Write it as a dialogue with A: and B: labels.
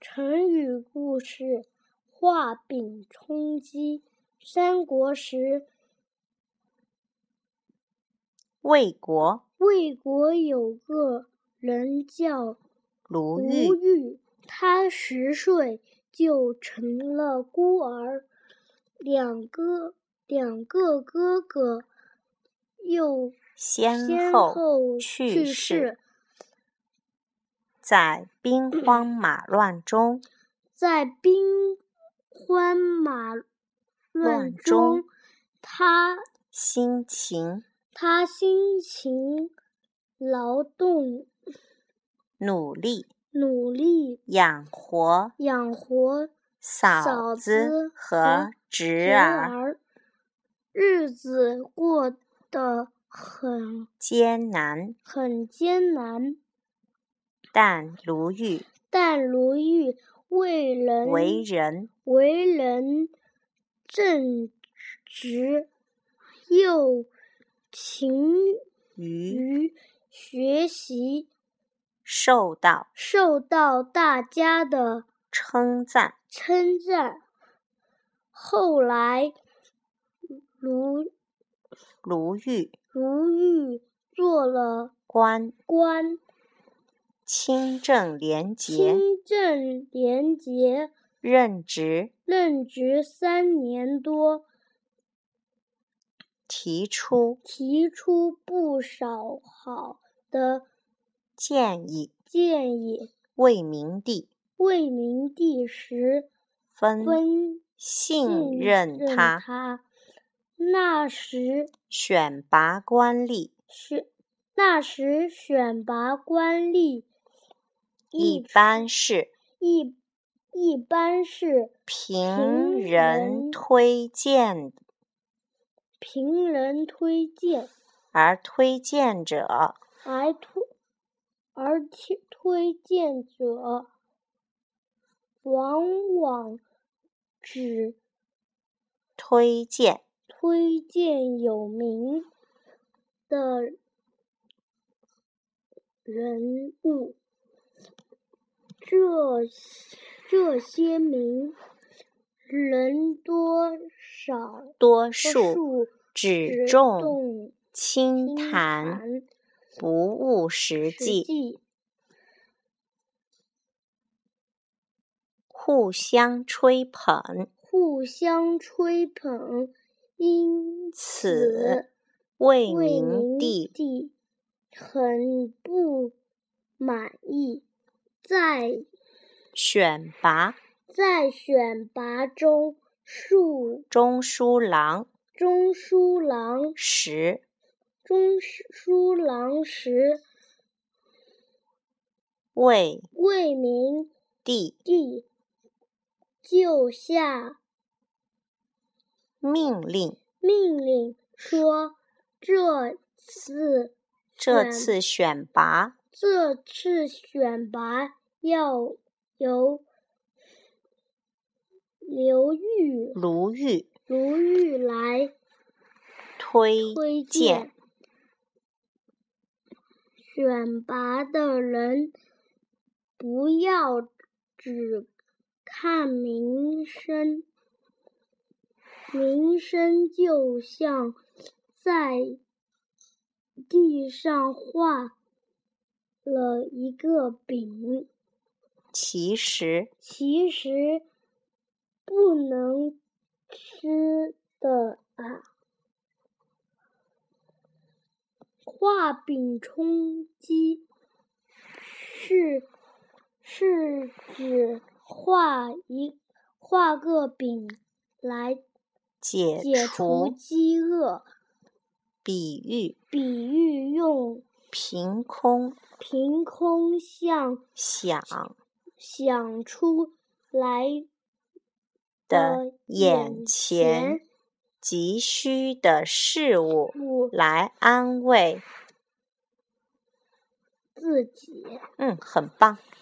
A: 成语故事、画饼充饥、三国时
B: 魏国
A: 魏国有个人叫
B: 鲁豫
A: 吴玉，他十岁就成了孤儿，两个两个哥哥又
B: 先
A: 先
B: 后
A: 后
B: 去世
A: 世，，
B: 在兵荒马乱中，
A: 在兵荒马
B: 乱
A: 乱
B: 中
A: 中，他
B: 辛勤
A: 他辛勤劳动，
B: 努力
A: 努力
B: 养活
A: 养活
B: 嫂
A: 嫂
B: 子
A: 子
B: 和
A: 和
B: 侄
A: 侄
B: 儿，
A: 儿，日子过得很
B: 艰难，
A: 很艰难，
B: 但鲁豫
A: 但如玉为人
B: 为人
A: 为人正直，又勤
B: 愚，
A: 于学习，
B: 受到
A: 受到大家的
B: 称赞。
A: 称赞。后来，卢
B: 鲁豫
A: 卢玉做了
B: 官，
A: 官，
B: 清正廉洁，
A: 清正廉洁，
B: 任职
A: 任职三年多，
B: 提出
A: 提出不少好的
B: 建议，
A: 建议。
B: 为明帝
A: 魏明帝时
B: 分
A: 分
B: 嗯信
A: 任
B: 任他。
A: 他那时
B: 选拔官吏
A: 选那时选拔官吏，
B: 一
A: 一
B: 般是
A: 一一般是
B: 凭
A: 凭
B: 人
A: 人
B: 推荐，
A: 凭人推荐，
B: 而推荐者
A: 而推而推推荐者往往只
B: 推荐
A: 推荐有名的人物，这这些名人多少
B: 多
A: 多
B: 数只
A: 只
B: 重
A: 重
B: 轻
A: 轻
B: 谈，
A: 谈
B: 不务实
A: 实
B: 际，
A: 际，
B: 互相吹捧。
A: 互相吹捧，因
B: 此
A: 此
B: 魏
A: 魏
B: 明
A: 明
B: 帝
A: 帝很不满意，在。
B: 选拔
A: 在选拔中，庶
B: 中书郎
A: 中书郎、
B: 时，
A: 中书郎时，
B: 魏
A: 魏明
B: 帝
A: 帝就下
B: 命令
A: 命令说：“这次
B: 这
A: 选
B: 次选拔
A: 这次选拔要由刘裕、
B: 卢玉
A: 卢玉来
B: 推
A: 推
B: 荐
A: 荐选拔的人不要只看名声，名声就像在地上画了一个饼，
B: 其实
A: 其实不能吃的啊。画饼充饥是是指画一画个饼来
B: 解
A: 解除
B: 除
A: 饥饿，
B: 比喻
A: 比喻用
B: 凭空
A: 凭空想
B: 想
A: 想出来
B: 的眼
A: 眼
B: 前
A: 前
B: 急需的事物
A: 物
B: 来安慰。
A: 自己。
B: 嗯，很棒。